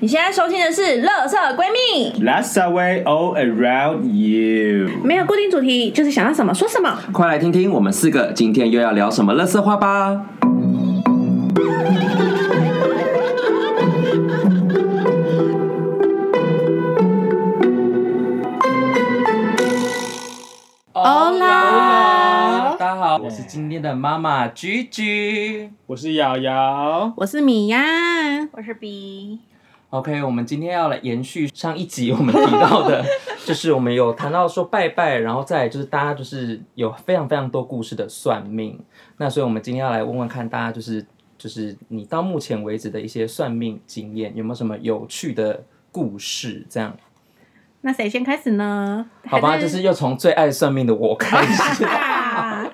你现在收听的是《乐色闺蜜》， Let's away all around you。没有固定主题，就是想要什么说什么。快来听听我们四个今天又要聊什么乐色话吧！哦啦，大家好，我是今天的妈妈居居。我是瑶瑶，我是米娅，我是 B， OK，我们今天要来延续上一集我们提到的，就是我们有谈到说拜拜，然后再来就是大家就是有非常非常多故事的算命。那所以我们今天要来问问看大家，就是就是你到目前为止的一些算命经验，有没有什么有趣的故事？这样那谁先开始呢？好吧，还就是又从最爱算命的我开始。啊，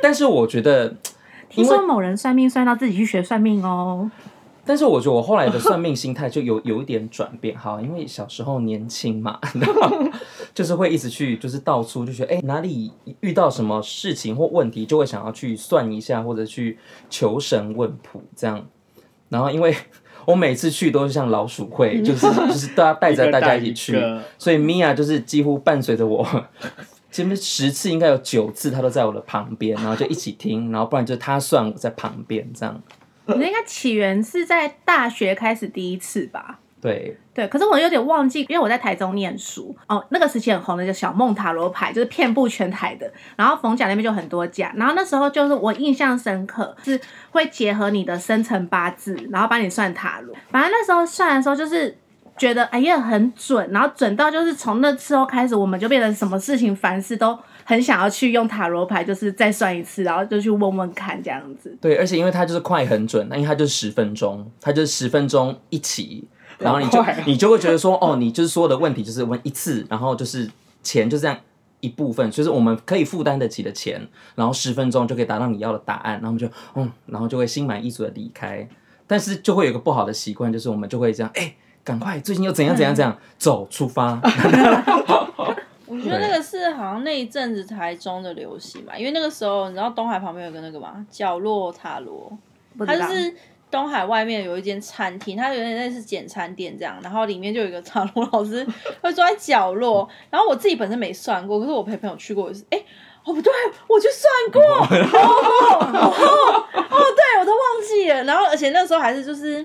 但是我觉得，听说某人算命算到自己去学算命 哦。但是我觉得我后来的算命心态就有有一点转变，好，因为小时候年轻嘛， 然后就是会一直去， 就是到处就觉得，哎、哪里遇到什么事情或问题，就会想要去算一下，或者去求神问卜这样。然后因为我每次去都是像老鼠会，就是就是大家带着大家一起一去个带一个，所以米娅就是几乎伴随着我。 前面十次应该有九次，她都在我的旁边，然后就一起听，然后不然就是她算我在旁边这样。你那个起源是在大学开始第一次吧？对，对，可是我有点忘记，因为我在台中念书哦。那个时期很红的叫小梦塔罗牌，就是遍布全台的。然后逢甲那边就很多家，然后那时候就是我印象深刻，是会结合你的生辰八字，然后帮你算塔罗。反正那时候算的时候就是。觉得哎呀很准，然后准到就是从那之后开始，我们就变成什么事情凡事都很想要去用塔罗牌，就是再算一次，然后就去问问看这样子。对，而且因为它就是快很准，因为它就是十分钟，它就是十分钟一起，然后你就、好快哦你就会觉得说，哦，你就是所有的问题就是问一次，然后就是钱就这样一部分，就是我们可以负担得起的钱，然后十分钟就可以达到你要的答案，然后我们就嗯，然后就会心满意足的离开。但是就会有一个不好的习惯，就是我们就会这样，哎、赶快，最近又怎样怎样怎样，走，出发。我觉得那个是好像那一阵子台中的流行吧，因为那个时候你知道东海旁边有个那个嘛角落塔罗，不知它道就是东海外面有一间餐厅，它有点类似简餐店这样，然后里面就有一个塔罗老 师会坐在角落，然后我自己本身没算过，可是我陪朋友去过，我是哎。哦，不对，我去算过，哦哦哦哦，对我都忘记了。然后，而且那时候还是就是，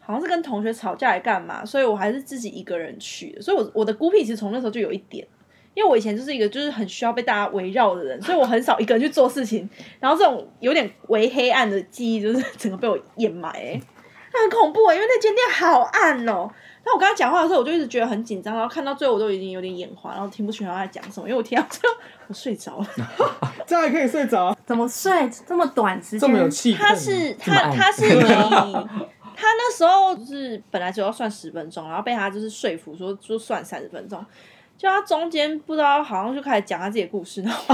好像是跟同学吵架来干嘛，所以我还是自己一个人去的。所以我，我的孤僻其实从那时候就有一点，因为我以前就是一个就是很需要被大家围绕的人，所以我很少一个人去做事情。然后这种有点微黑暗的记忆，就是 整个被我掩埋、欸，那很恐怖、欸，因为那间店好暗哦、那我跟他讲话的时候，我就一直觉得很紧张，然后看到最后我都已经有点眼花，然后听不清楚他在讲什么，因为我听到最后 我睡着了。这样还可以睡着，怎么睡这么短时间？这么有气氛。他是这么他暗他是以 他那时候就是本来只要算十分钟，然后被他就是说服说就算三十分钟，就他中间不知道好像就开始讲他自己的故事，然后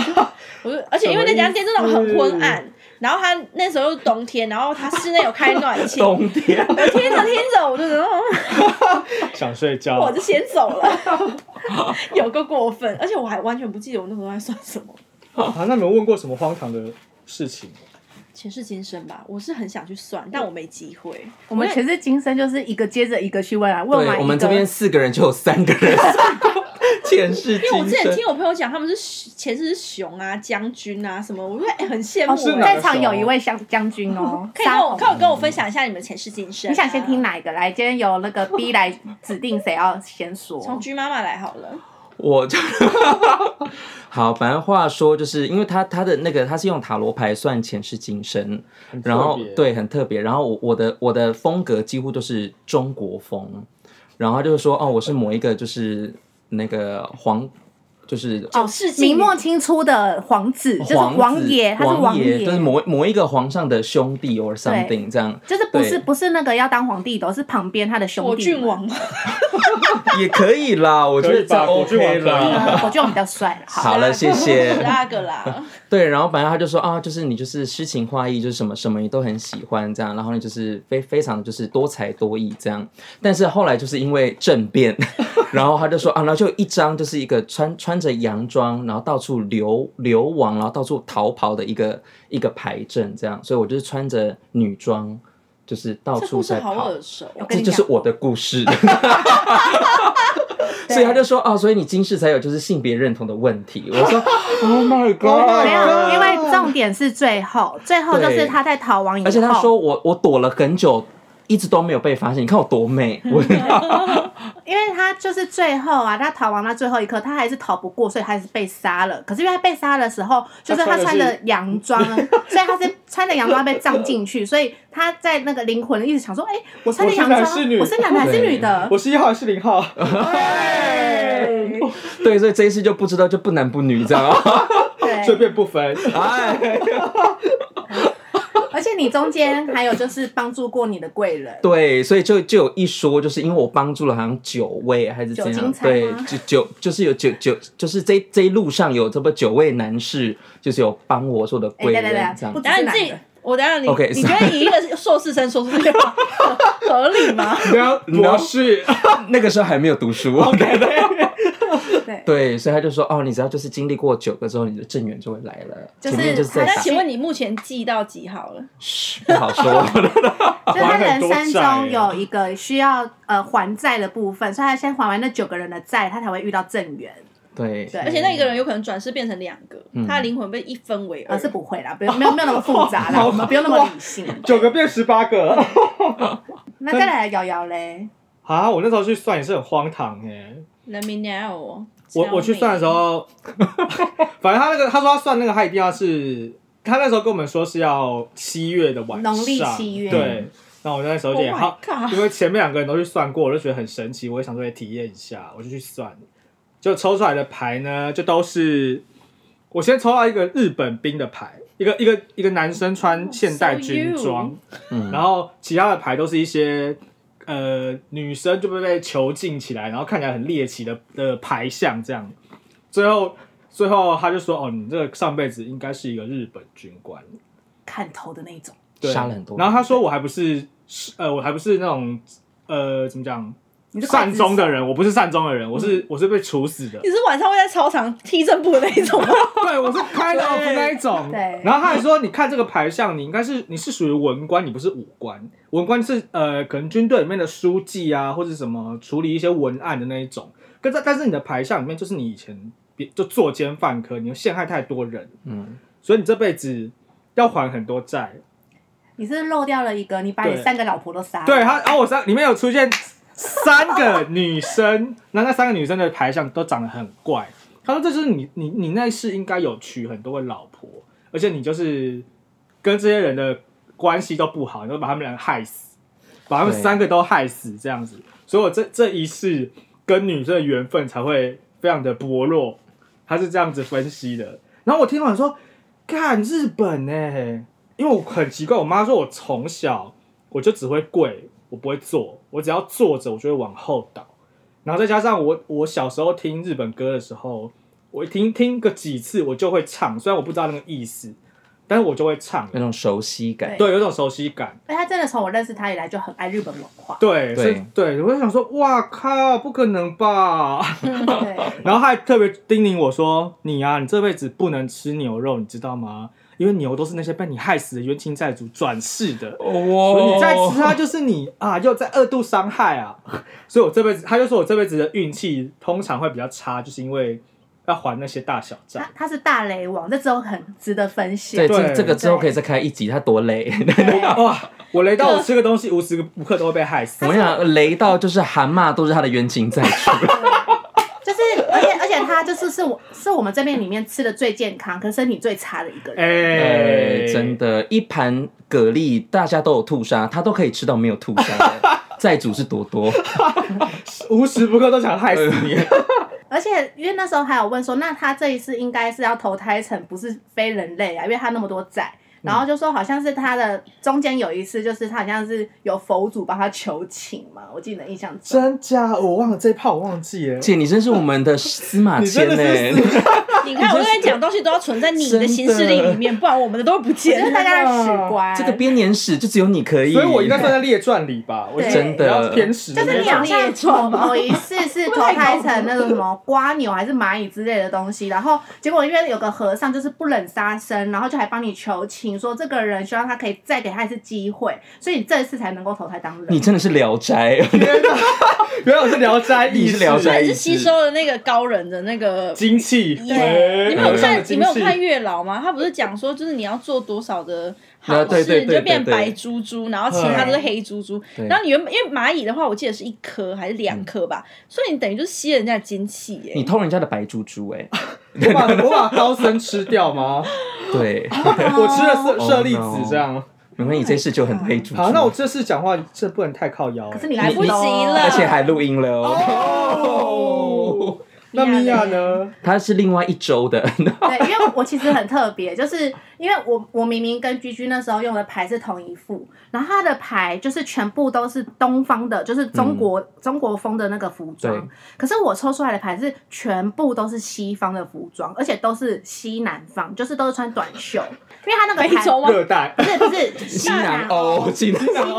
我就我 就而且因为那家店真的很昏暗，然后他那时候又是冬天，然后他室内有开暖气，我冬天，听着听着我就觉得嗯想睡觉，我就先走了， 有个过分，而且我还完全不记得我那时候在算什么。啊，那你们问过什么荒唐的事情？前世今生吧，我是很想去算，但我没机会。我们前世今生就是一个接着一个去问啊，问对，完一我们这个边四个人就有三个人 前世哎因为我今之前生听。我朋友讲，他们是熊前世是熊啊、将军啊什么，我觉得、哎很羡哦啊是慕、哪哎在场有一位将将军 哦，可以跟我，沙可红以跟我分享一下你们前世今生、啊你想先听？哪一个？来，今天由那个 B 来指定谁要先说。从居妈妈来好了。我就好，反正话说，就是因为他他的那个他是用塔罗牌算前世今生，然后特别对很特别，然后我我的我的风格几乎都是中国风，然后他就是说哦，我是某一个就是那个皇，就是九世纪哦明末清初的哦皇子，就是皇子王爷，他是王爷，就是某某一个皇上的兄弟 or something 这样，就是不是对不是那个要当皇帝的哦，是旁边他的兄弟。我郡，王，也可以啦，我觉可以得这吧我觉得 OK 我可以了。我就比较帅了。好，好了，谢 谢。十二个啦。对，然后反正他就说啊，就是你就是诗情画意，就是什么什么你都很喜欢这样，然后你就是非非常的就是多才多艺这样。但是后来就是因为政变， 然后他就说啊，然后就有一张就是一个穿穿着洋装，然后到处流流亡，然后到处逃跑的一个一个牌阵这样，所以我就是穿着女装。就是到这处故事在好跑。耳 熟，我跟这你就讲是我的故事， 所以他就说哦，所以你今世才有就是性别认同的问题。我说 Oh my 对 god！没有，因为重点是最后，最后就是他在逃亡以后，而且他说我我躲了很久，一直都没有被发现。你看我多美，嗯我因为他就是最后啊，他逃亡到最后一刻，他还是逃不过，所以他还是被杀了。可是因为他被杀的时候，就是他他穿穿的着洋装，所以他是穿着洋装被葬进去，所以他在那个灵魂一直想说：“哎、我穿着洋装，我是男是女我是男的还是女的我是一号还是零号？哎对？” 对，所以这一次就不知道就不男不女这样啊。 对，这便不分。 哎，而且你中间还有就是帮助过你的贵 人， 对，所以就就有一说，就是因为我帮助了好像九位还是怎九样金，钗对吗，就九就是有九九，就是这这一路上有这么九位男士，就是有帮我做的哎、对贵人对对这对，样不。只等下是你男自己的。，我等下你 OK，你觉得以一个硕士生说出这话合理 吗？你 要博士 那个时候还没有读 书。 ，OK 对 对对，所以他就说哦，你只要就是经历过九个之后，你的正缘就会来了。就是前面就是在他那打，请问你目前记到几好了？嘘，不好说。 就是他还人很多生中债欸有一个需要呃还债的部分，所以他先还完那九个人的债，他才会遇到正缘。对，对而且那一个人有可能转世变成两个，嗯他的灵魂被一分为呃二。是不会啦，不用没有没有那么复杂 啦，我们不用那么理性。九个变十八个那再来瑶瑶嘞，啊！我那时候去算也是很荒唐哎、 Let me know。我我去算的时，候， 反正他那个他说他算那个他一定要是，他那时候跟我们说是要七月的晚上，农历七月对。那我那时候就也 Oh my 好 God 因为前面两个人都去算过，我就觉得很神奇，我也想说也体验一下，我就去算，就抽出来的牌呢，就都是我先抽到一个日本兵的牌，一个一个一个男生穿现代 so 军 you 装哦嗯然后其他的牌都是一些呃女生就被被囚禁起来，然后看起来很猎奇的的牌相这样。最后最后他就说：“哦，你这个上辈子应该是一个日本军官，看头的那一种，对杀了很多人然后他说：“我还不是呃，我还不是那种呃怎么讲你是刽善子终的手，人，我不是善终的人，我是、嗯我是被处死的。”你是晚上会在操场踢正步的那一种吗？ 对，我是开 off 那一种。对然后他还说，你看这个牌相，你应该是你是属于文官，你不是武官。文官是呃，可能军队里面的书记啊，或者什么处理一些文案的那一种。可是但是你的牌相里面就是你以前别就作奸犯科，你又陷害太多人，嗯，所以你这辈子要还很多债。你是漏掉了一个，你把你对三个老婆都杀了。对，他，然后我三里面有出现三个女生，那那三个女生的牌相都长得很怪。他说：“这就是你你你那世应该有娶很多位老婆，而且你就是跟这些人的关系都不好，你都把他们俩害死，把他们对三个都害死这样子。所以我这这一世跟女生的缘分才会非常的薄弱。”他是这样子分析的。然后我听完说：“看日本呢、欸因为我很奇怪，我妈说我从小我就只会跪，我不会坐，我只要坐着我就会往后倒。然后再加上我我小时候听日本歌的时候，我听听个几次我就会唱，虽然我不知道那个意思，但是我就会唱那。种熟悉感。对，有种熟悉感。而且哎他真的从我认识他以来就很爱日本文化。对对，所以对，我就想说，哇靠，不可能吧？ 对，然后他还特别叮咛我说：“你啊，你这辈子不能吃牛肉，你知道吗？因为牛都是那些被你害死的冤亲债主转世的。”所以哦你再吃它就是你啊，又在二度伤害啊。所以我这辈子，他就说我这辈子的运气通常会比较差，就是因为要还那些大小他债。他是大雷王，这之后很值得分析。对，这对这个之后可以再开一集，他多累。对哇，我雷到我吃个东西无时无刻都会被害死我。跟你讲，雷到就是蛤蟆都是他的冤情债主。就是而且而且他就是是我是我们这边里面吃的最健康，可是身体最差的一个人。哎哎，，真的，一盘蛤蜊大家都有吐沙，他都可以吃到没有吐沙 的。债主是多多，无时不刻都想害死你。哎而且因为那时候还有问说，那他这一次应该是要投胎成不是非人类啊，因为他那么多债。然后就说好像是他的中间有一次，就是他好像是有佛祖帮他求情嘛，我记得印象中。真假？我忘了这一趴，我忘记了。姐，你真是我们的司马你真迁欸的呢、是 你看，我跟你讲，东西都要存在你的行事历里面，不然我们的都会不见。就是大家的史 观，这个编年史就只有你可以，所以我应该算在列传里吧？我对真我要的偏食就的是那你好种。像某某一次是投胎成那个什么瓜牛还是蚂蚁之类的东西，然后结果因为有个和尚就是不忍杀生，然后就还帮你求情，说这个人希望他可以再给他一次机会，所以你这一次才能够投胎当人。你真的是聊斋，天哪原来我是《聊斋你意是识》，聊斋还意是识吸，收了那个高人的那个哎精气，哎对，你没有和尚的看，你精没有气看月老吗？他不是讲说，就是你要做多少的啊好对对事，你对就变对对白猪猪，然后其他都是黑猪猪。对然后你原本因为蚂蚁的话，我记得是一颗还是两颗吧，所以你等于就是吸人家的精气你耶。偷人家的白猪猪哎，我把我把高僧吃 掉吗？ 对，我吃了舍 Oh 舍利 no 子这样。没关系，这次就很黑猪猪。好，那我这次讲话这不能太靠腰欸。可是你来你懂不行了而且还录音了哦哦。那米娅呢？它是另外一周 的，对，因为我其实很特别，就是因为我我明明跟居居那时候用的牌是同一副，然后他的牌就是全部都是东方的，就是中国、中国风的那个服嗯对装，可是我抽出来的牌是全部都是西方的服装，而且都是西南方，就是都是穿短袖，因为他那个非牌洲吗？热带不是不是西 西南欧，哦西南西欧，南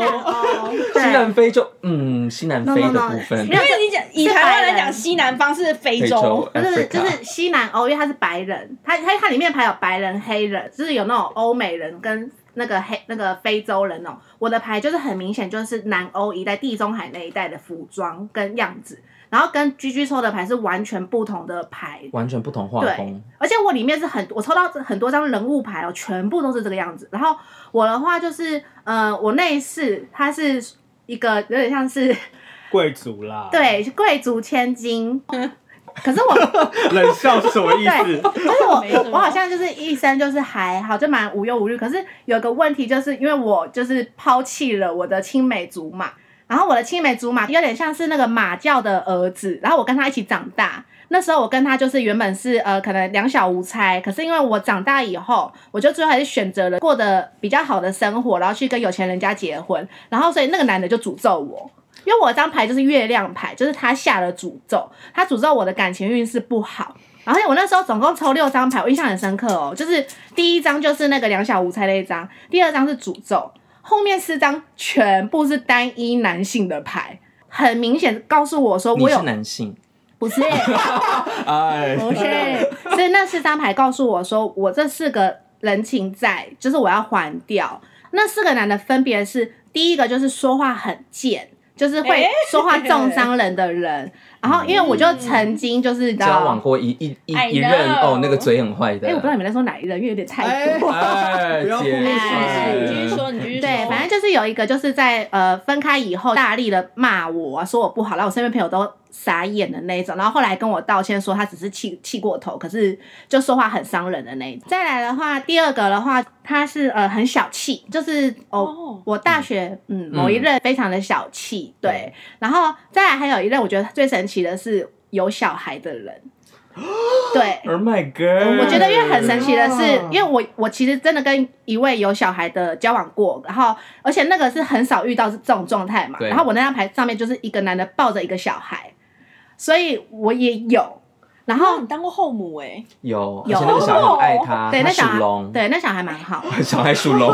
欧， 西对。南非就嗯，西南 No, 非 no, 的 no 部分没，有因为你讲以台湾来讲，西南方是非非洲洲，不是，就 Africa 是西南欧，因为他是白人，他他他里面牌有白人、黑人，就是有那种欧美人跟那个黑那个非洲人哦。我的牌就是很明显就是南欧一带、地中海那一带的服装跟样子，然后跟居居抽的牌是完全不同的牌。完全不同画对风。，而且我里面是很，我抽到很多张人物牌哦，全部都是这个样子。然后我的话就是，呃，我那一世它是一个有点像是贵族啦。，对贵族千金，可是我冷笑是什么意对，思？就是 我没什么我好像就是一生就是还好，就蛮无忧无虑。可是有个问题，就是因为我就是抛弃了我的青梅竹马，然后我的青梅竹马有点像是那个马教的儿子，然后我跟他一起长大。那时候我跟他就是原本是呃可能两小无猜，可是因为我长大以后，我就最后还是选择了过得比较好的生活，然后去跟有钱人家结婚，然后所以那个男的就诅咒我。因为我的张牌就是月亮牌，就是他下了诅咒，他诅咒我的感情运势不好，而且我那时候总共抽六张牌，我印象很深刻哦。就是第一张就是那个两小无猜那一张，第二张是诅咒，后面四张全部是单一男性的牌，很明显告诉我说你我是有男性，不 是哎，不是，所以那四张牌告诉我说我这四个人情债就是我要还掉。那四个男的分别是第一个就是说话很贱。就是会哎说话重伤人的人，然后因为我就曾经就是你知道交往过一一一 I 一任 know 哦，那个嘴很坏的。哎、我不知道你们在说哪一人，因为有点太多。哎，不要姐忽略你继续哎说，你继续说。对，反正就是有一个，就是在呃分开以后大力的骂我、啊，说我不好，然后我身边朋友都傻眼的那一种，然后后来跟我道歉说他只是气气过头，可是就说话很伤人的那一种。再来的话，第二个的话，他是呃很小气，就是哦。哦，我大学嗯某一任非常的小气，对，然后再来还有一任，我觉得最神奇的是有小孩的人，对， ，Oh my God！我觉得因为很神奇的是嗯，因为我我其实真的跟一位有小孩的交往过，然后而且那个是很少遇到是这种状态嘛。对然后我那张牌上面就是一个男的抱着一个小孩，所以我也有。然哦，后嗯你当过后母哎，有，而有且那个小孩很爱他，对他那小属孩龙，，对那小孩蛮好，小孩属 龙。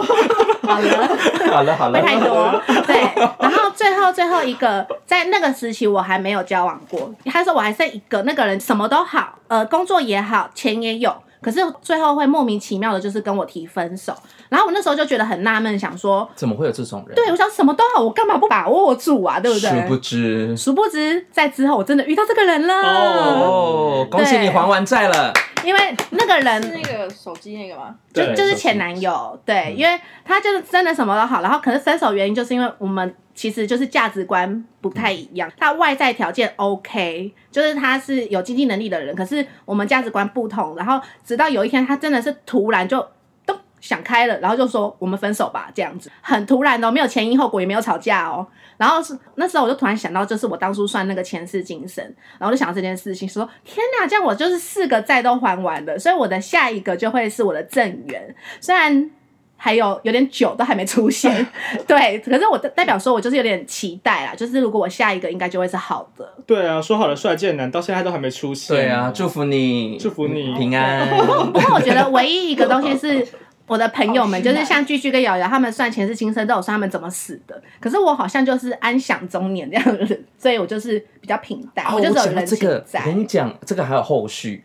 好了。好了好了，会太多。对，然后最后最后一个，在那个时期我还没有交往过，他说我还剩一个，那个人什么都好，呃，工作也好，钱也有。可是最后会莫名其妙的，就是跟我提分手，然后我那时候就觉得很纳闷，想说，怎么会有这种人？对我想什么都好，我干嘛不把握住啊，对不对？殊不知殊不知，在之后我真的遇到这个人了，哦哦，恭喜你还完债了。因为那个人是那个手机那个吗？就对就是嗯前男友，对，因为他就是真的什么都好，然后可是分手原因就是因为我们其实就是价值观不太一样，他外在条件 OK，就是他是有经济能力的人，可是我们价值观不同，然后直到有一天他真的是突然就咚想开了，然后就说我们分手吧，这样子很突然哦，没有前因后果，也没有吵架哦，然后是那时候我就突然想到，就是我当初算那个前世今生，然后我就想到这件事情，说天哪，这样我就是四个债都还完了，所以我的下一个就会是我的正缘。虽然还有有点久都还没出现，对。可是我代代表说，我就是有点期待啦，就是如果我下一个应该就会是好的。对啊，说好的帅贱男到现在都还没出现。对啊，祝福你，祝福你平安。不过我觉得唯一一个东西是我的朋友们，就是像句句跟瑶瑶他们算前世今生都有说他们怎么死的，可是我好像就是安享中年这样的人，所以我就是比较平淡，哦啊我就只讲有到人这性个，在。我跟你讲，这个还有后续。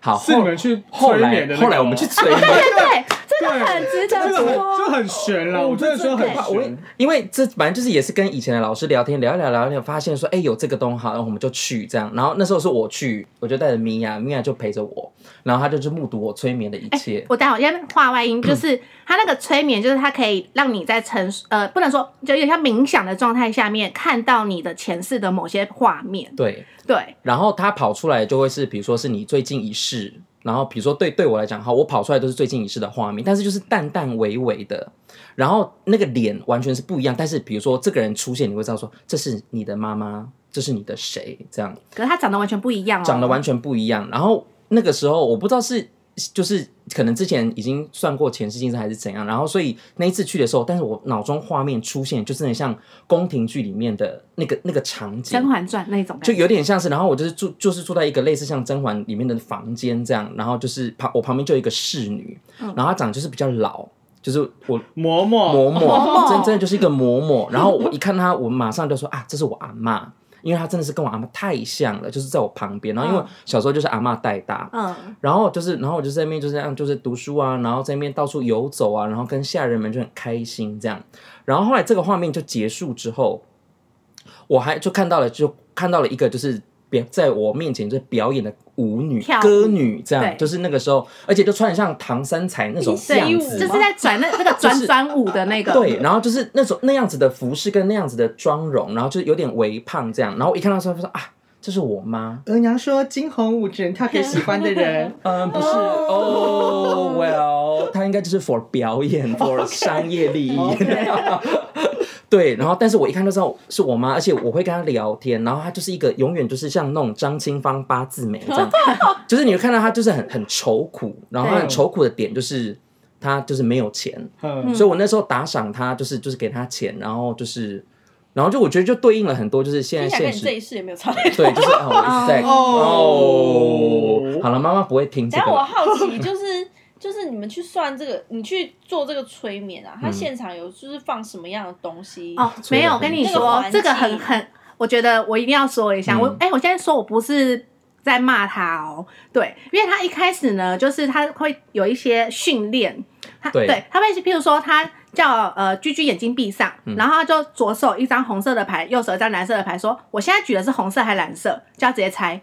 好，是你后们去后催眠来的那个后来我们去催眠。对对，这个很值得这个很说。这个很悬哦啦，我真的觉得很悬。因为这反正就是也是跟以前的老师聊天，聊一聊聊一聊，发现说，哎、有这个东西好，然后我们就去这样。然后那时候是我去，我就带着米娅，米娅就陪着我，然后她就去目睹我催眠的一切。哎我待会儿先话外 音，就是它那个催眠，就是它可以让你在沉呃，不能说就有点像冥想的状态下面，看到你的前世的某些画面。对，对，然后她跑出来就会是，比如说是你最近一世，然后比如说对对我来讲，好，我跑出来都是最近一世的画面，但是就是淡淡微微的，然后那个脸完全是不一样。但是比如说这个人出现，你会知道说这是你的妈妈，这是你的谁这样。可是它长得完全不一样哦，长得完全不一样。然后那个时候我不知道是就是可能之前已经算过前世今生还是怎样，然后所以那一次去的时候，但是我脑中画面出现就是很像宫廷剧里面的那个那个场《甄景。嬛传》那种感就觉。有点像是，然后我就是住，就是住在一个类似像甄嬛里面的房间这样，然后就是旁我旁边就有一个侍女，然后她长得就是比较老，就是我嬷嬷，嬷嬷嬷，真真的就是一个嬷嬷。然后我一看她，我马上就说啊，这是我阿妈，因为她真的是跟我阿妈太像了，就是在我旁边。然后因为嗯小时候就是阿妈带大，嗯，然后就是，然后我就在那边就这样，就是读书啊，然后在那边到处游走啊，然后跟下人们就很开心这样。然后后来这个画面就结束之后，我还就看到了，就看到了一个就是表在我面前就表演的舞女跳舞歌女这样，对就是那个时候，而且就穿得像唐三彩那种一身样一子，舞就是在转那那个转转舞的那 个。对，然后就是那种那样子的服饰跟那样子的妆容，然后就有点微胖这样。然后我一看到之后就说啊，这是我妈。额娘说惊鸿舞只能跳给喜欢的人。 嗯，不是哦、w e l l 她应该就是 for 表 演 for 商业利益。 对，然后但是我一看就知道是我妈，而且我会跟她聊天，然后她就是一个永远就是像那种张清芳八字眉这 样，就是你会看到她就是很很愁苦，然后她很愁苦的点就是她就是没有钱，嗯，所以我那时候打赏他，就是就是给他钱，然后就是，然后就我觉得就对应了很多，就是现在听起来现跟你实这，一世也没有差太多。对，就是啊，我一直在哦哦，好了，妈妈不会听这但我个，好奇，就是就是你们去算这个，你去做这个催眠啊，嗯他现场有就是放什么样的东西？哦，没有，我跟你那个说，环这个境很很，我觉得我一定要说一下。我嗯哎、我现在说我不是在骂他哦，对，因为他一开始呢，就是他会有一些训练，他对他会譬如说他叫呃居居眼睛闭上，嗯然后他就左手一张红色的牌，右手一张蓝色的牌，说我现在举的是红色还是蓝色，叫他直接猜，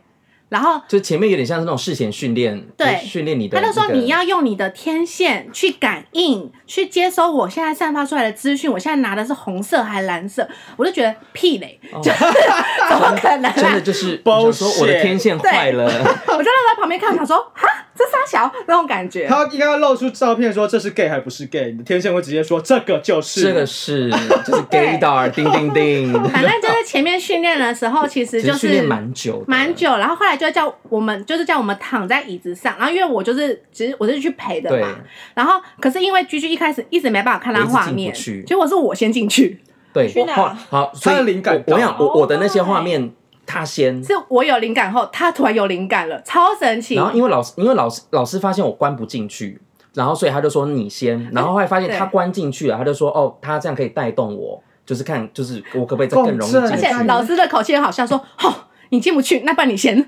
然后。就前面有点像是那种事前训练，对训练你的他那就个，说你要用你的天线去感应，去接收我现在散发出来的资讯。我现在拿的是红色还是蓝色？我就觉得屁嘞，就是怎么可 能、啊？真的 就是我想说我的天线坏了，我就站在旁边看，想说哈，这傻小那种感觉。他应该要露出照片说这是 gay 还不是 gay，你的天线会直接说这个 就是这个是就是 gaydar 叮叮叮，反正就是前面训练的时候，其实其就实训练是蛮久的，蛮久，然后后来就叫我们，就是叫我们躺在椅子上，然后因为我就是，其实我是去陪的对嘛，然后可是因为居居一开始一直没办法看他我一直画进不面，去结果是我先进去，对去，哪好好，所以他的灵感我我想我我的那些哦画面，他先，是我有灵感后，他突然有灵感了，超神奇。然后因为老师，因为老师老师发现我关不进去，然后所以他就说你先，然后后来发现啊对他关进去了，他就说哦，他这样可以带动我，就是看就是我可不可以再更容易共振而进去且？老师的口气很好笑，说：“哦，你进不去，那不然你先。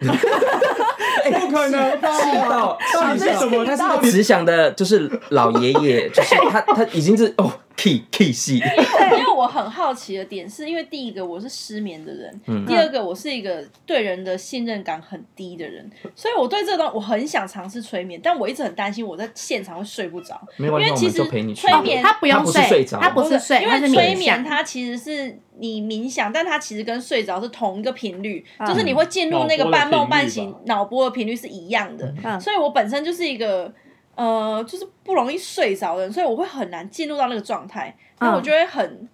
不可能吧？气到到底是什么？气到他是慈祥的，就是老爷爷，就是他他已经是哦 key key 系，因为我很好奇的点是，因为第一个我是失眠的人，嗯第二个我是一个对人的信任感很低的人，所以我对这个东我很想尝试催眠，但我一直很担心我在现场会睡不着，没关系因为其实我们就陪你去催眠哦他不用他不是睡着他不哦是睡，因他是为冥催想眠它其实是你冥想，但它其实跟睡着是同一个频率，就是你会进入那个半梦半脑醒波，脑波的频率是一样的。嗯所以我本身就是一个呃，就是不容易睡着的人，所以我会很难进入到那个状态，所以我就会很。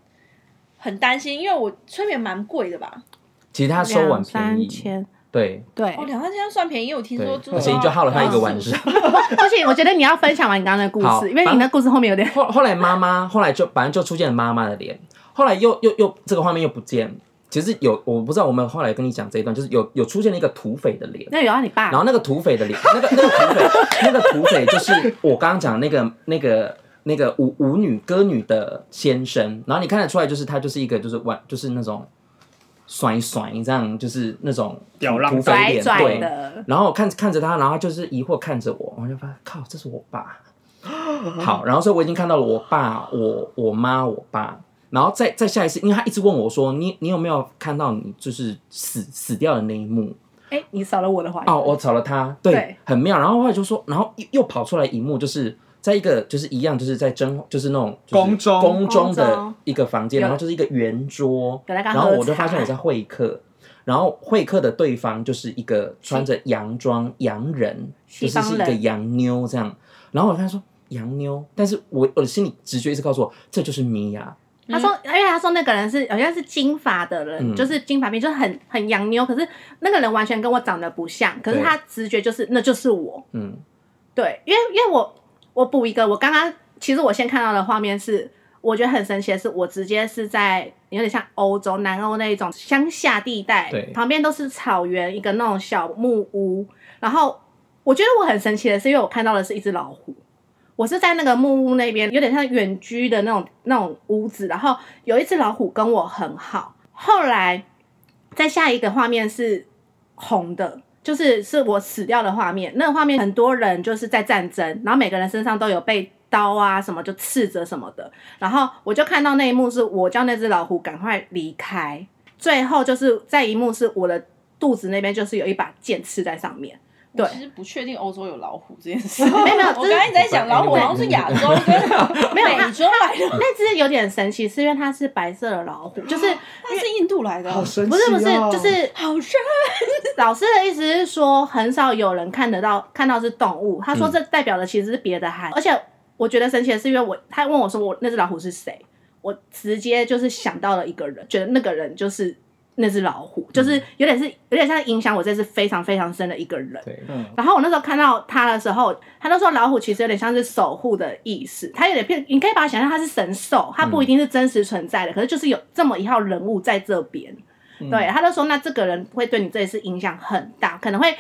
很担心，因为我催眠蛮贵的吧？其实他收完两便三宜，千，对对哦，，两万现在算便宜，我听对说啊住，而且你就耗了他一个晚上。而且我觉得你要分享完你刚刚的故好事，因为你反的故事后面 有点后后来妈妈，后来就反正就出现了妈妈的脸，后来又又又这个画面又不见。其实有我不知道，我们后来跟你讲这一段，就是有有出现了一个土匪的脸，那有啊，你爸然后那个土匪的脸， 那个那个土匪，那个土匪就是我刚刚讲那个那个那个舞舞女歌女的先生，然后你看得出来，就是他就是一个就是玩就是那种甩甩这样，就是那种吊浪土匪拽脸拽对，的，然后看看着他，然后他就是疑惑看着我，我就发现靠，这是我爸。 好，然后所以我已经看到了我爸、我我妈、我爸，然后再再下一次，因为他一直问我说，你你有没有看到你就是死死掉的那一幕？哎、你少了我的话哦，我找了他，对，对很妙。然后后来就说，然后又又跑出来一幕，就是在一个就是一样，就是在真就是那种就是宫中宫中宫的中一个房间，有然后就是一个圆桌，有人跟他然后喝我就发茶现我在会客，然后会客的对方就是一个穿着洋装洋人，西就是方是一人个洋妞这样。然后我跟他说洋妞，但是我我的心里直觉一直告诉我，这就是米娅，他说，因为他说那个人是好像是金发的人，嗯就是金发辫，就是很很洋妞，可是那个人完全跟我长得不像，可是对他直觉就是那就是我，嗯，对，因为因为我我补一个，我刚刚其实我先看到的画面是，我觉得很神奇的是，我直接是在有点像欧洲南欧那一种乡下地带对，旁边都是草原，一个那种小木屋，然后我觉得我很神奇的是，因为我看到的是一只老虎。我是在那个木屋那边，有点像远居的那种那种屋子，然后有一只老虎跟我很好。后来在下一个画面是红的，就是是我死掉的画面。那个画面很多人就是在战争，然后每个人身上都有被刀啊什么就刺着什么的。然后我就看到那一幕是我叫那只老虎赶快离开，最后就是在一幕是我的肚子那边就是有一把剑刺在上面。对我其实不确定欧洲有老虎这件事。没有没有哦 我刚才一直在想老虎好像是亚洲跟没有它美洲来的，那只有点神奇，是因为它是白色的老虎，就是它是印度来的，好神奇、哦！不是不是，就是好热。 老师的意思是说，很少有人看得到看到是动物。他说这代表的其实是别的含，而且我觉得神奇的是，因为我他问我说我那只老虎是谁，我直接就是想到了一个人，觉得那个人就是那只老虎，就是有点是有点像影响我这次非常非常深的一个人。对，嗯，然后我那时候看到他的时候，他都说老虎其实有点像是守护的意思，它有点变，你可以把它想象它是神兽，它不一定是真实存嗯在的，可是就是有这么一号人物在这边。对，他就说那这个人会对你这一次影响很大，可能会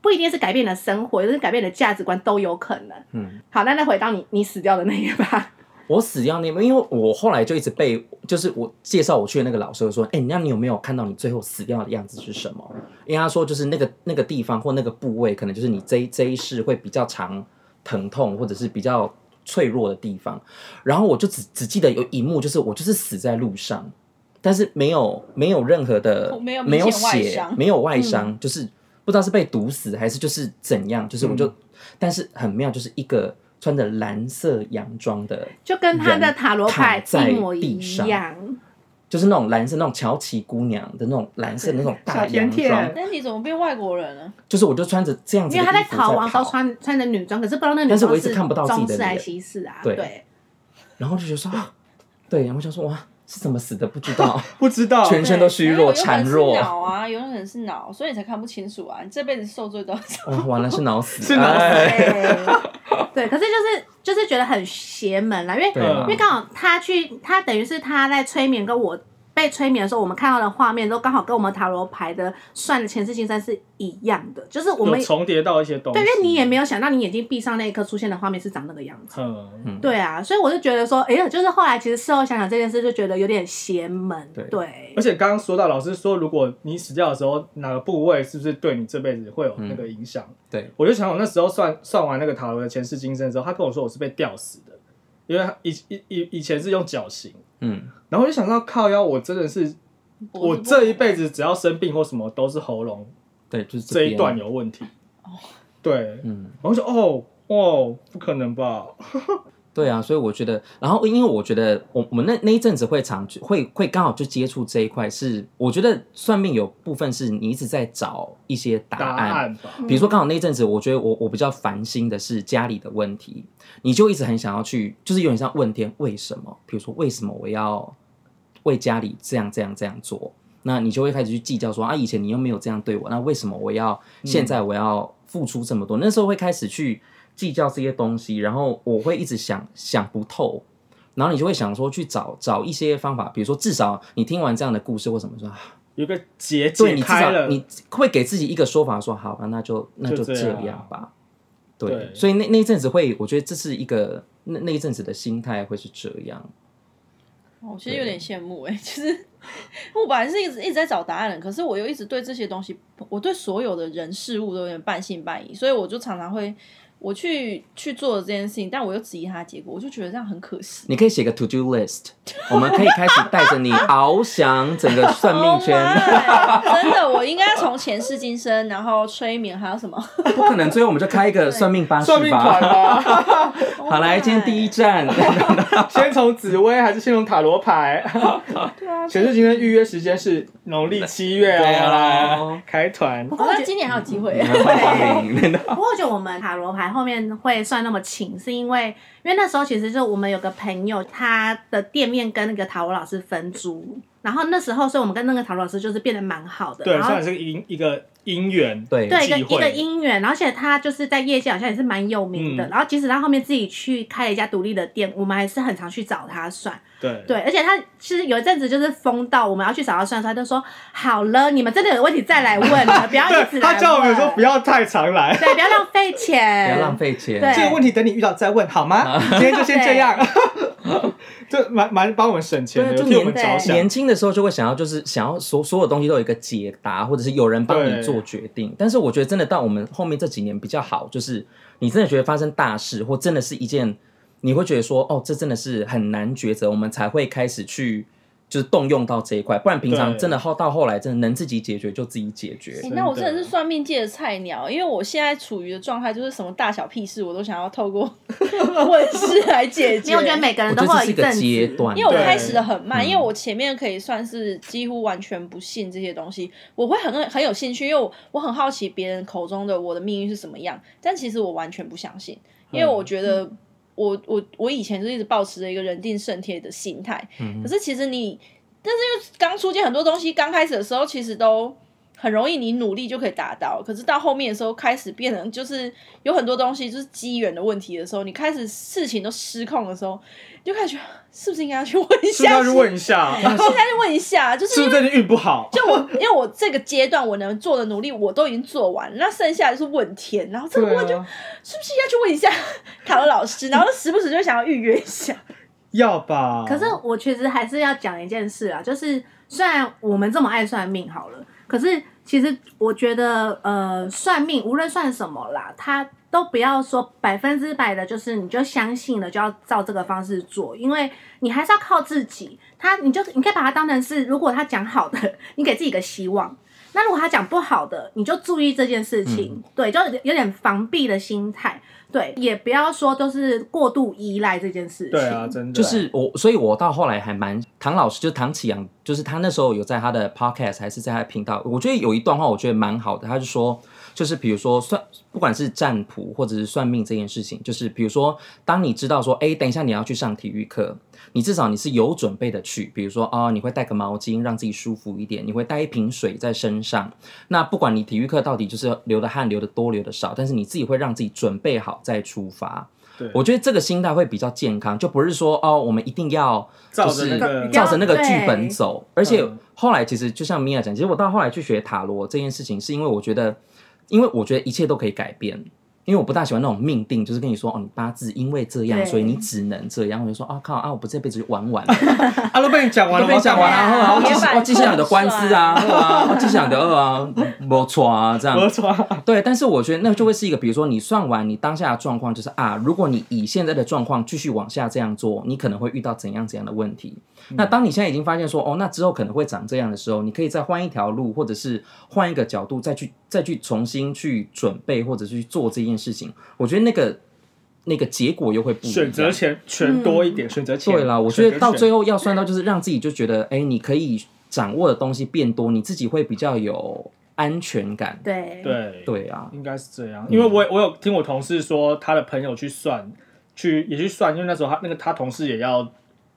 不一定是改变你的生活，就是改变你的价值观都有可能。嗯，好，那再回到你你死掉的那一把，我死掉那一幕，因为我后来就一直被，就是我介绍我去的那个老师就说，哎、那你有没有看到你最后死掉的样子是什么？因为他说就是那个那个地方或那个部位，可能就是你这一这一世会比较常疼痛，或者是比较脆弱的地方。然后我就只只记得有一幕，就是我就是死在路上，但是没有没有任何的哦没有没有明显外血，伤嗯没有外伤，就是不知道是被毒死还是就是怎样，就是我嗯就，但是很妙，就是一个穿着蓝色洋装的。就跟他的塔罗牌人躺在一模一地上样。就是那种蓝色那种乔琪姑娘的那种蓝色的那种大小甜洋甜装，那你怎么变外国人了？就是我就穿着这样子因的衣服为他在在跑，逃亡都穿穿着女装，可是不知道那女但是装我一直看不到自己的中式还脸是西式啊？对对，然后就觉得说，啊对，然后就说哇是怎么死的不知 道，不知道，全身都虚哦弱对可孱能弱有可能是，脑啊，有可能是脑，所以你才看不清楚啊！你这辈子受罪多 少？哇哦完了是脑死， 是脑死哎对，对，可是就是就是觉得很邪门啦，因为嗯对啊因为刚好他去，他等于是他在催眠，跟我被催眠的时候，我们看到的画面都刚好跟我们塔罗牌的算的前世今生是一样的，就是我有们重叠到一些东西。对，因为你也没有想到你眼睛闭上那一刻出现的画面是长那个样子。嗯，对啊，所以我就觉得说，哎呀，就是后来其实事后想想这件事，就觉得有点邪门。对对而且刚刚说到老师说，如果你死掉的时候，哪个部位是不是对你这辈子会有那个影响？嗯对，我就想我那时候算算完那个塔罗的前世今生的时候，他跟我说我是被吊死的，因为他以以以以前是用绞刑，嗯，然后我就想到靠腰，我真的是我这一辈子只要生病或什么都是喉咙对，就是这边一段，有问题。哦对，嗯，然后就哦哦，不可能吧？对啊，所以我觉得，然后因为我觉得我我们那那一阵子会常去会会刚好就接触这一块是，我觉得算命有部分是你一直在找一些答案吧，比如说，刚好那一阵子，我觉得我我比较烦心的是家里的问题，你就一直很想要去，就是有点像问天为什么？比如说，为什么我要为家里这样这样这样做？那你就会开始去计较说啊，以前你又没有这样对我，那为什么我要现在我要付出这么多？那时候会开始去计较这些东西，然后我会一直想想不透，然后你就会想说去找找一些方法，比如说至少你听完这样的故事或什么说，啊有个结对解你至开少了，你会给自己一个说法说好吧，那就那就就这这样样吧。对，对所以那那一阵子会，我觉得这是一个那那一阵子的心态会是这样。我其实有点羡慕哎、 就是我本来是一直一直在找答案的，可是我又一直对这些东西，我对所有的人事物都有点半信半疑，所以我就常常会我去去做这件事情，但我又质疑它的结果，我就觉得这样很 可惜。你可以写个 to do list，我们可以开始带着你 翱翔整个算命 Oh 圈。 my，真的，我应该从前世今生，然后催眠，还有什么？不可能，最后我们就开一个算命巴士 算命团吧。吧，好，来，今天第一站， 先从紫薇还是先从塔罗 牌？对啊， 全是今天预约时间是农历七月对啊啊，开团不过哦我 觉那得今年还有机会你。们欢欢迎。不过，就我们塔罗牌后面会算那么勤，是因为因为那时候其实就我们有个朋友，他的店面跟那个塔罗老师分租，然后那时候，所以我们跟那个塔罗老师就是变得蛮好的。对，然后算是个因一个姻缘，对，对一个机一会个姻缘，然后而且他就是在业界好像也是蛮有名的。嗯然后即使他后面自己去开了一家独立的店，我们还是很常去找他算。对对，而且他其实有一阵子就是疯到我们要去找他算的时候，他就说：“好了，你们真的有问题再来问，你们不要一直对，来他问。”叫我们说不要太常来，对，不要浪费钱，不要浪费钱。对这个问题等你遇到再问好啊吗？今天就先这样， 这蛮蛮帮我们省钱的，对就有替我们年着对想年。轻的时候就会想要，就是想要所所有东西都有一个解答，或者是有人帮你对做决定。但是我觉得真的到我们后面这几年比较好，就是你真的觉得发生大事，或真的是一件你会觉得说，哦，这真的是很难抉择，我们才会开始去就是动用到这一块。不然平常对真的后到后来真的能自己解决就自己解决欸。真那我真的的是算命界的菜鸟，因为我现在处于的状态就是什么大小屁事，我都想要透过 问事来解 决。因为我觉得每个人我都觉得这是会有一一个阵阶子，段，因为我对开始的很慢，嗯因为我前面可以算是几乎完全不信这些东西，我会很很有兴趣，因为我我很好奇别人口中的我的命运是什么样，但其实我完全不相信，因为我觉得我我我以前就一直保持着一个人定胜天的心态，可是其实你，但是因为刚出现很多东西，刚开始的时候其实都。很容易，你努力就可以达到。可是到后面的时候，开始变成就是有很多东西就是机缘的问题的时候，你开始事情都失控的时候，你就开始觉得是不是应该要去问一是不是下？要去问一下，应该去问一下，就是 是不因是为最近运不好？就我，因为我这个阶段我能做的努力我都已经做完，那剩下就是问天，然后这个问就是对啊不是应该去问一下 塔罗老师，然后时不时就想要预约一下。要吧？可是我其实还是要讲一件事啊，就是虽然我们这么爱算命好了，可是其实我觉得，呃，算命无论算什么啦，它都不要说百分之百的，就是你就相信了就要照这个方式做，因为你还是要靠自己。他你就你可以把它当成是，如果他讲好的， 你给自己一个希望。那如果他讲不好的，你就注意这件事情，嗯对，就有点防避的心态，对，也不要说都是过度依赖这件事情。对啊，真的就是我，所以我到后来还蛮唐老师，就是唐启阳，就是他那时候有在他的 podcast 还是在他的频道，我觉得有一段话我觉得蛮好的，他就说，就是比如说算，不管是占卜或者是算命这件事情，就是比如说，当你知道说，哎，等一下你要去上体育课，你至少你是有准备的去，比如说哦，你会带个毛巾让自己舒服一点，你会带一瓶水在身上。那不管你体育课到底就是流的汗流的多流的少，但是你自己会让自己准备好再出发。对我觉得这个心态会比较健康，就不是说哦，我们一定要照就着那是个照着那个剧本对走。而且嗯后来其实就像米娅讲，其实我到后来去学塔罗这件事情，是因为我觉得，因为我觉得一切都可以改变。因为我不大喜欢那种命定，就是跟你说哦，你八字因为这样，对所以你只能这样。我就说啊靠啊，我不这辈子就玩 完了，啊，都被你讲完我了，被你讲完了，对啊然后继续铁板哦，继续讲你的官司啊，对 啊，哦继续讲你的二啊，没错啊，这样我错，对，但是我觉得那就嗯会是一个，比如说你算完你当下的状况，就是啊，如果你以现在的状况继续往下这样做，你可能会遇到怎样怎样的问题。那嗯当你现在已经发现说，哦，那之后可能会长这样的时候，你可以再换一条路，或者是换一个角度，再去再去重新去准备，或者是去做这件事情。我觉得那个那个结果又会不一样。选择权权多一点，选择嗯权对啦，我觉得到最后后要算到，就是让自己就觉得，哎、你可以掌握的东西变多，你自己会比较有安全感。对对对啊，应该是这样，因为我我有听我同事说，他的朋友去算，去也去算，因为那时候他那个他同事也要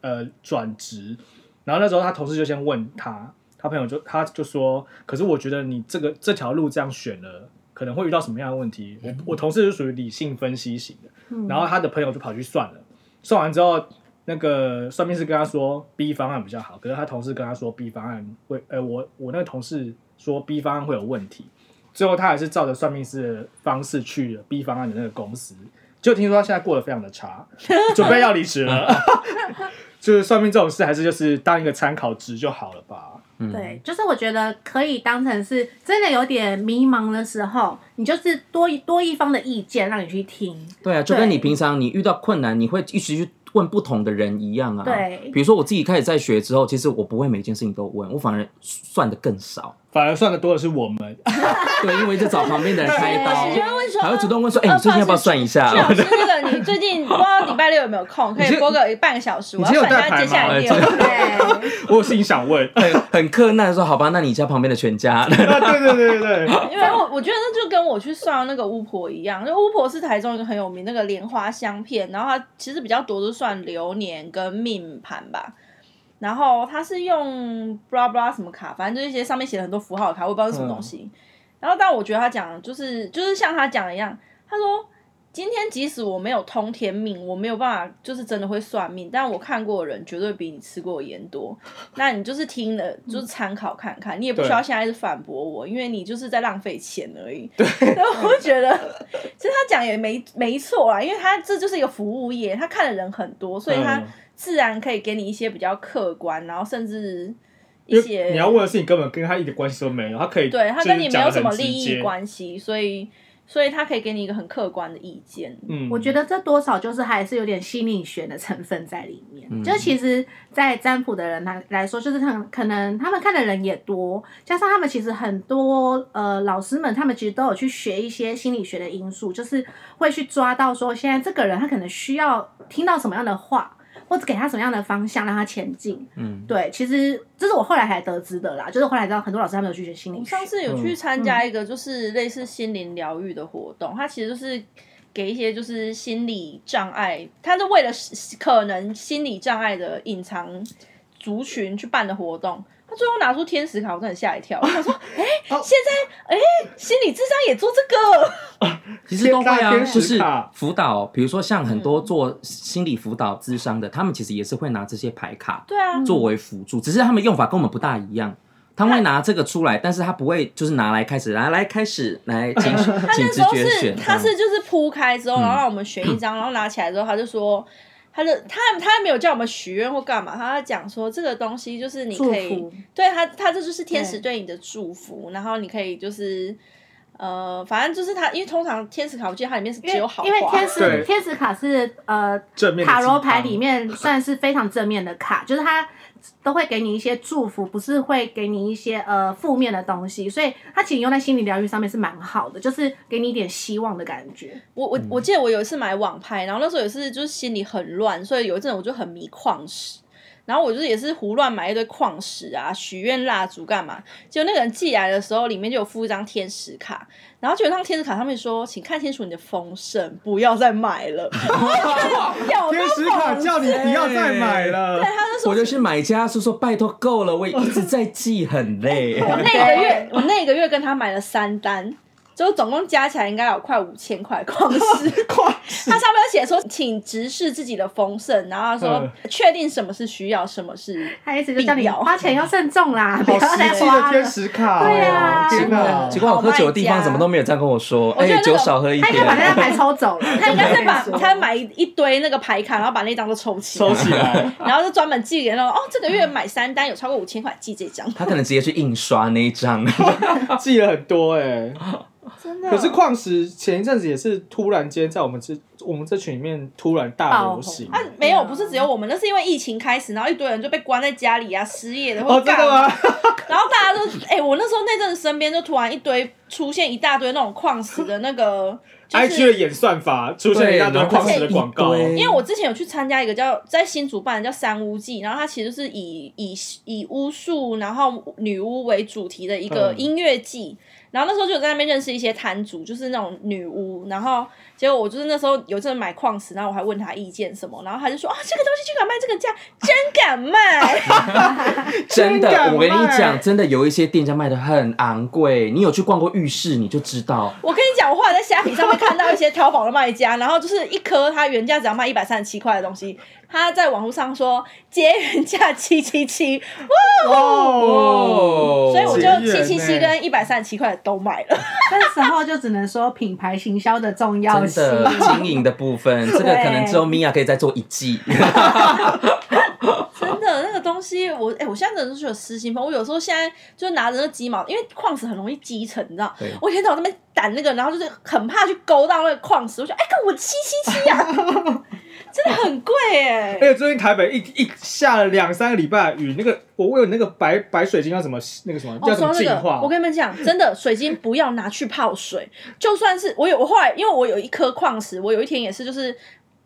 呃转职，然后那时候他同事就先问他，他朋友就他就说，可是我觉得你这个这条路这样选了，可能会遇到什么样的问题。我我同事是属于理性分析型的，然后他的朋友就跑去算了，算完之后，那个算命师跟他说 B 方案比较好，可是他同事跟他说 B 方案会，呃，我我那个同事说 B 方案会有问题，最后他还是照着算命师的方式去了 B 方案的那个公司，就听说他现在过得非常的差， 准备要离职了。 就是算命这种事，还是就是当一个参考值就好了吧。嗯，对，就是我觉得可以当成是真的有点迷茫的时候，你就是多一多一方的意见让你去听。对啊，就跟你对平常你遇到困难，你会一直去问不同的人一样啊。对比如说我自己开始在学之后，其实我不会每件事情都问，我反而算的更少。反而算的多的是我们， 对，因为就找旁边的人开刀，对，就会问说，还会主动问说：“哎、你最近要不要算一下啊是老师，那个你最近不知道礼拜六有没有空，可以播个半个小时，我你要今天算有一下带接下来牌吗哎六。对，我有事情想问？”。很 很困难的说：“好吧，那你家旁边的全家。啊，对对对对对，因为我我觉得那就跟我去算那个巫婆一样，就巫婆是台中一个很有名那个莲花香片，然后它其实比较多都算流年跟命盘吧。然后它是用 blah blah 什么卡，反正就是一些上面写了很多符号的卡，我也不知道是什么东西。然后但我觉得他讲就是就是像他讲的一样，他说今天即使我没有通天命，我没有办法就是真的会算命，但我看过的人绝对比你吃过的盐多。那你就是听了，就是参考看看，你也不需要现在是反驳我，因为你就是在浪费钱而已。 对，所以我就觉得，其实他讲也没没错啦，因为他这就是一个服务业，他看的人很多，所以他嗯自然可以给你一些比较客观，然后甚至一因些为你要问的事情根本跟他一点关系都没有，他可以对他跟你没有什么利就是讲得很直益接。关系，所以所以他可以给你一个很客观的意见。嗯，我觉得这多少就是还是有点心理学的成分在里面。嗯就其实，在占卜的人来来说，就是他们可能他们看的人也多，加上他们其实很多呃老师们，他们其实都有去学一些心理学的因素，就是会去抓到说现在这个人他可能需要听到什么样的话，或者给他什么样的方向让他前进。”嗯，对，其实这是我后来才得知的啦，就是我后来知道很多老师他们有去学心我理学上。次有嗯去参加一个就是类似心灵疗愈的活动，它其实就是给一些就是心理障碍，它是为了可能心理障碍的隐藏族群去办的活动。他最后拿出天使卡，我真的吓一跳。我 哦想说，哎、现在哎、心理智商也做这个，其实都会 天大啊，就天使是卡辅导，比如说像很多做心理辅导咨商的，他们其实也是会拿这些牌卡对嗯啊，作为辅助，只是他们用法跟我们不大一样。他会拿这个出来，但是他不会就是拿来开始，来来开始 来，请请那直时候觉是选。他是就是铺开之后，嗯然后让我们选一张，然后拿起来之后，他就说，他就他他没有叫我们许愿或干嘛，他讲说这个东西就是你祝可以福，对他他这就是天使对对你的祝福，然后你可以就是呃，反正就是他，因为通常天使卡我记得它里面是因只为有好话，因为天对使天使卡是呃正面的塔罗鸡汤牌里 面算是非常正面的卡，就是它都会给你一些祝福，不是会给你一些呃负面的东西，所以它其实用在心理疗愈上面是蛮好的，就是给你一点希望的感觉。我我我记得我有一次买网拍，然后那时候也是就是心里很乱，所以有一阵我就很迷矿石，然后我就是也是胡乱买一堆矿石啊，许愿蜡烛干嘛？结果那个人寄来的时候，里面就有附一张天使卡，然后就有那张天使卡上面说，请看清楚你的丰盛，不要再买了。 有天使卡叫你不要再买了，我就去买家是说拜托够了，我一 直在记，很累。我那个月我那个月跟他买了三单。就总共加起来应该有快五千块矿石， 快！它上面有写说，请直视自己的丰盛，然后他说嗯确定什么是需要，什么是它意思就叫必你要花钱要慎重啦，不好要实再际的花天了。使卡哦，对啊天哪！结果我喝酒的地方怎么都没有这样跟我说，哎、觉得那个酒少喝一他应该点。把那张牌抽走了，他他应应该该是是把把他买一堆那个牌卡，然后把那张都抽起来，收起来，然后就专门寄给那种哦，这个月买三单有超过五千块，寄这张。他可能直接去印刷那一张，哦记了很多哎。真的可是矿石前一阵子也是突然间在我们这我们这群里面突然大流行，啊，没嗯有，不是只有我们，那是因为疫情开始，然后一堆人就被关在家里啊，失业的或哦，者真干的嘛吗？然后大家都，哎、我那时候那阵子身边就突然一堆出现一大堆那种矿石的那个，就 I G 的是。演算法出现了一大堆矿石的广告，对因为我之前有去参加一个叫在新竹办的叫三巫祭，然后它其实是以以以巫术然后女巫为主题的一个嗯音乐祭，然后那时候就有在那边认识一些摊主，就是那种女巫。然后结果我就是那时候有阵买矿石，然后我还问他意见什么，然后他就说啊，这个东西居然卖这个价，真敢 卖！真真敢的，我跟你卖讲，真的有一些店家卖的很昂贵，你有去逛过浴室你就知道。我跟你讲，我后来在虾皮上面看到一些淘宝的卖家，然后就是一颗它原价只要卖一百三十七块的东西，他在网络上说结原价七七七，哦，所以我节就约七呢七七跟一百三十七块的都买 了。这时候就只能说品牌行销的重要真性。的经营的部 分，这个可能只有 Mia 可以再做一季。 真的那个东西，我哎、我现在真的是有失心疯。我有时候现在就拿着那鸡毛，因为矿石很容易积尘，你知道对？我以前早那边掸那个，然后就是很怕去勾到那个矿石。我就哎，看、我七七七啊， 真的很贵哎、而且最近台北一一下了两三个礼拜雨，那个我问你那个白白水晶要怎么那个什么哦，叫什说么到这净个化？，我跟你们讲，真的，水晶不要拿去泡水。就算是我有，我后来因为我有一颗矿石，我有一天也是，就是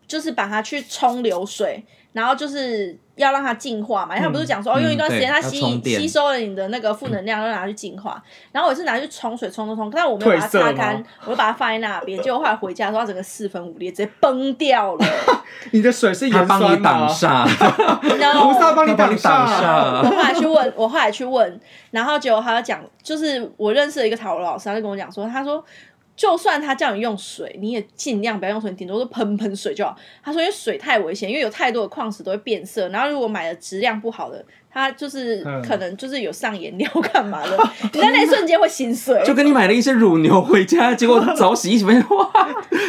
就是把它去冲流水，然后就是要让它净化嘛。因为他不是讲说、哦，嗯用一段时间对它要吸充电吸收了你的那个负能量，要拿去净化。然后我也是拿去冲水冲冲冲，但我没有把它褪色擦吗干，我就把它放在那边。结果后来回家的时候，它整个四分五裂，直接崩掉了。你的水是他盐帮酸你挡吗？ 煞，然后菩萨帮他你帮你挡煞。我 煞。后来去问，我后来去问，然后结果他讲，就是我认识的一个塔罗老师，他就跟我讲说，他说。就算他叫你用水，你也尽量不要用水，你顶多是喷喷水就好。他说因为水太危险，因为有太多的矿石都会变色，然后如果买的质量不好的，它就是嗯可能就是有上颜料干嘛的，你在那一瞬间会心碎。就跟你买了一些乳牛回家，结果早洗一洗发现 哇，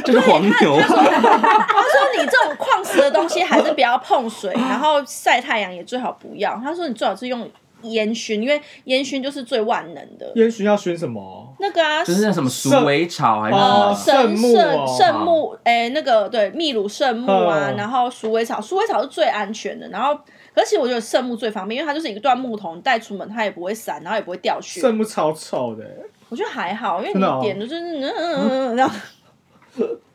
就是黄牛。 他说你这种矿石的东西还是不要碰水，然后晒太阳也最好不要。他说你最好是用烟熏，因为烟熏就是最万能的。烟熏要熏什么？那个啊，就是那什么鼠尾草还是什呃，哦么？圣圣木圣哦圣木，哎、那个对，秘鲁圣木啊嗯，然后鼠尾草，鼠尾草是最安全的。然后，而且我觉得圣木最方便，因为它就是一段木头，你带出门它也不会散，然后也不会掉屑。圣木超臭的、我觉得还好，因为真的哦你点的就是嗯嗯嗯嗯，然后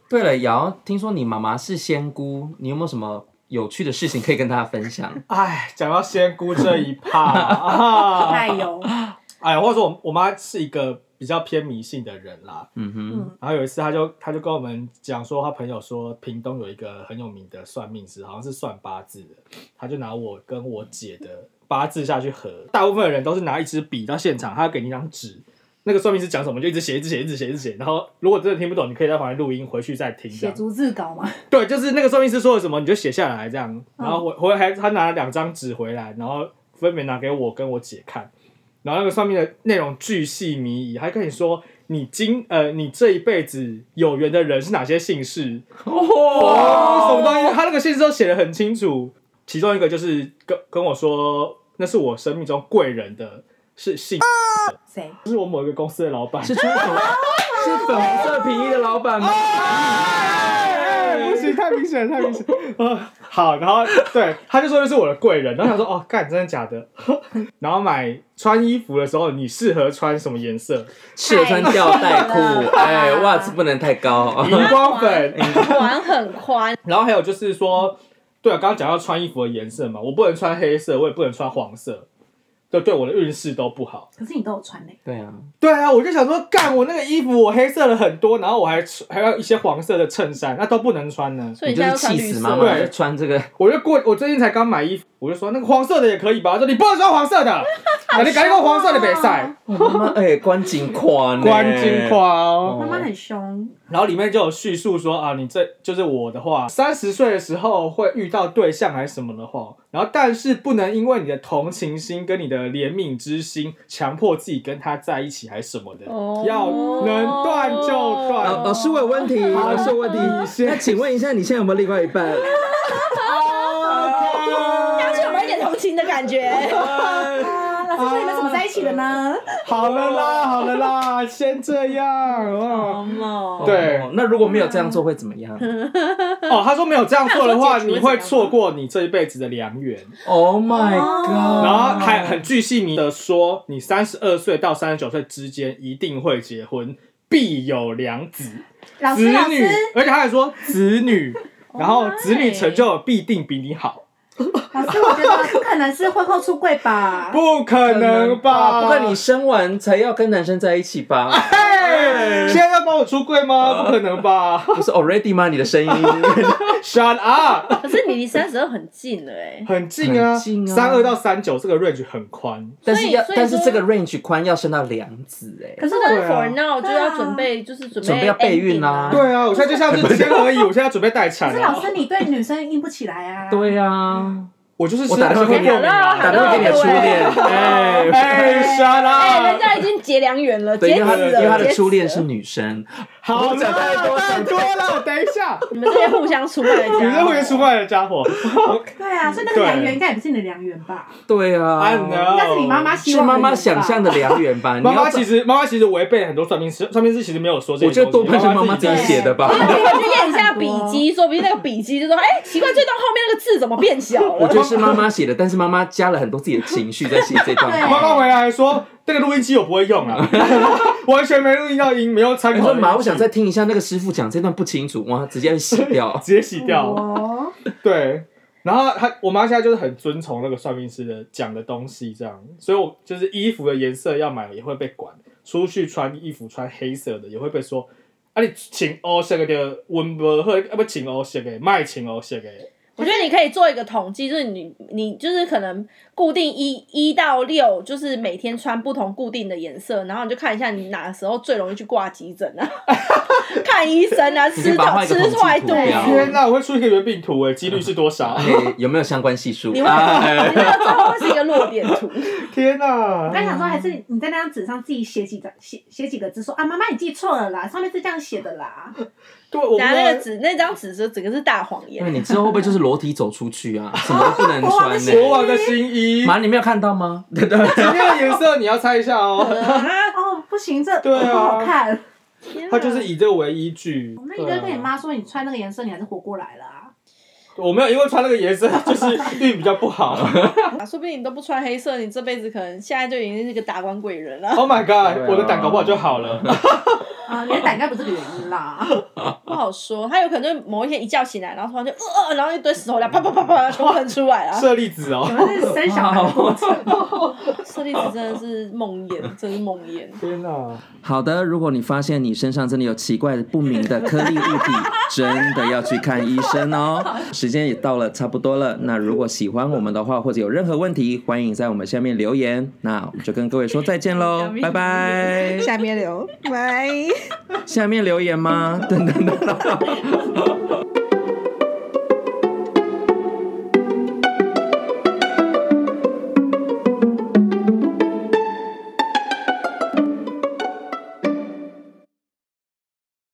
对了，瑶，听说你妈妈是仙姑，你有没有什么有趣的事情可以跟大家分享？哎，讲到仙姑这一趴 啊，太 油，哎，或者说我我妈是一个比较偏迷信的人啦。 嗯哼，然后有一次，她就她就跟我们讲说，她朋友说屏东有一个很有名的算命师，好像是算八字的，她就拿我跟我姐的八字下去合。大部分的人都是拿一支笔到现场，她要给你一张纸，那个算命师讲什么就一直写，一直写，一直写，一直写。然后如果真的听不懂，你可以在旁边录音，回去再听。这写样。逐字稿嘛， 对，就是那个算命师说了什么，你就写下来这样。然后回回来，他拿了两张纸回来，然后分别拿给我跟我姐看。然后那个算命的内容巨细靡遗，还跟你说你今呃你这一辈子有缘的人是哪些姓氏，哇哦，什么东西？他那个姓氏都写的很清楚。其中一个就是跟跟我说，那是我生命中贵人的，是姓，谁？就是我某一个公司的老 板。是穿粉是粉红色皮衣的老板吗？哎不行，太明显了，太明显了。啊，好，然后对，他就说那是我的贵人，然后想说哦，干，真的假的？ 然后买穿衣服的时候，你适合穿什么颜色？适合穿吊带裤，哎，袜子不能太 高。 荧光粉。碗很宽，然后还有就是说，对啊，刚刚讲到穿衣服的颜色嘛，我不能穿黑色，我也不能穿黄色，就对我的运势都不好。可是你都有穿嘞、对啊，对啊，我就想说，干我那个衣服，我黑色的很多，然后我还还有一些黄色的衬衫，那都不能穿呢。所以你你就是现在都穿气绿死色。妈 对妈就穿这个。我就过，我最近才刚买衣服，我就说那个黄色的也可以吧？他说你不能穿黄色的，啊、你改给我黄色的比赛，我妈妈哎，关紧垮呢，关金花哦。妈妈很凶，然后里面就有叙述说啊，你这就是我的话，三十岁的时候会遇到对象还是什么的话，然后但是不能因为你的同情心跟你的怜悯之心，强迫自己跟他在一起还是什么的，哦要能断就断。老老师我有问题，老师有问题。那请问一下，你现在有没有另外一半？但是有没有一点同情的感 觉？哎啊，老师说你们怎么在一起的呢？好了啦，好了啦，先这样哦。哦，对哦那如果没有这样做会怎么 样哦，他说没有这样做的话，那你你说解除会怎样会吗错过你这一辈子的良缘。 ？Oh my god！然后还很巨细靡的说，你三十二岁到三十九岁之间一定会结婚，必有良子老子师，老女师，，而且他还说子女，然后 Oh my 子女成就必定比你好。老师，我觉得不可能是婚后出柜吧？哎不可能吧？不过你生完才要跟男生在一起吧？ 嘿，哎现在要帮我出柜吗？不可能吧 不是 already 吗？你的声音 ？Shut 哦 up！可是你离三十二很近了哎、很近啊，很近啊三二到三九这个 range 很宽，但是要所以说但是这个 range 宽要升到两子哎，可是但是我对啊 for now 就对啊要准备，就是准备准备要备孕 ending 啦啊。对啊，我现在就像是签合已，我现在要准备待可产是了老。师，你对女生硬不起来啊？ 对呀，我就是我打电话给你吃了啊打电话给你的初恋，哎，哎，Shut 哎、人 up！家已经结良缘了，对，结因子为他了，的因为他的结初恋子是了女生，好我讲太多太多了，等一下，你们这些互相 出卖的家伙， 你这会出卖的家伙。对嗯啊，所以那个对良缘应该也不是你的良缘吧？对哎啊，应该是你妈妈希是望的妈缘吧妈想象的良缘 吧？你妈要妈其实妈妈其实违背了很多算命师，算命师其实没有说这我觉些得多东西。半是妈妈自自己己写的吧。你可以去验一下笔记，说不定那个笔记就说，哎、奇怪，这段后面那个字怎么变小了？我觉得是妈妈写的，但是妈妈加了很多自己的情绪在写这段对话。妈妈回来还说这个录音机我不会 用啊，完全没录音到音，没有参你考说的音。。妈，我想再听一下那个师傅讲这段不清楚，哇，直接洗掉 直接洗掉。哦，对，然后她我妈现在就是很遵从那个算命师的讲的东西，这样，所以我就是衣服的颜色要买也会被管，出去穿衣服穿黑色的也会被说。啊！你请黑色的就温不好，啊不请黑色的，卖请哦黑色的。我觉得你可以做一个统计，就是你你就是可能固定一一到六，就是每天穿不同固定的颜色，然后你就看一下你哪时候最容易去挂急诊 啊，看医生啊，你可吃以把它画到一个吃统计坏图肚子表啊。天哪！我会出一个圆饼图诶，几率是多少？哎有没有相关系数？你会，哎 你那个最后会是一个落点图，天哪！我刚 想说，还是你在那张纸上自己写几张，写写几个字，说啊，妈妈你记错了啦，上面是这样写的 啦。对，我拿妈 那个纸，那张纸就整个是大谎言那。你之后会不会就是裸体走出去啊？什么都不能国王的穿新国呢？王的新衣，妈，你没有看到吗？对对，今天的颜色你要猜一下 哦。啊，哦，不行，这对啊不好看。嗯天啊他就是以这个为依据。那你应该跟你对啊，妈说，你穿那个颜色，你还是活过来了啊。我没有因为穿那个颜色就是运比较 不好。啊说不定你都不穿黑色，你这辈子可能现在就已经是个达官贵人了。 Oh my 对 god！啊我的胆搞不好就好了。啊，你的胆应该不是这个原因 啦。不好说，他有可能就是某一天一觉醒来，然后突然就呃，呃然后一堆石头，然后啪啪啪啪啪全部喷出来啊了。舍利子哦。可能是生小孩的过程。舍利子真的是梦魇，真是梦魇。天哪！好的，如果你发现你身上真的有奇怪的不明的颗粒物体，真的要去看医生哦。时间也到了，差不多了。那如果喜欢我们的话，或者有任何问题，欢迎在我们下面留言。那我们就跟各位说再见喽，拜拜。下面留，拜。下面留言吗？等等等。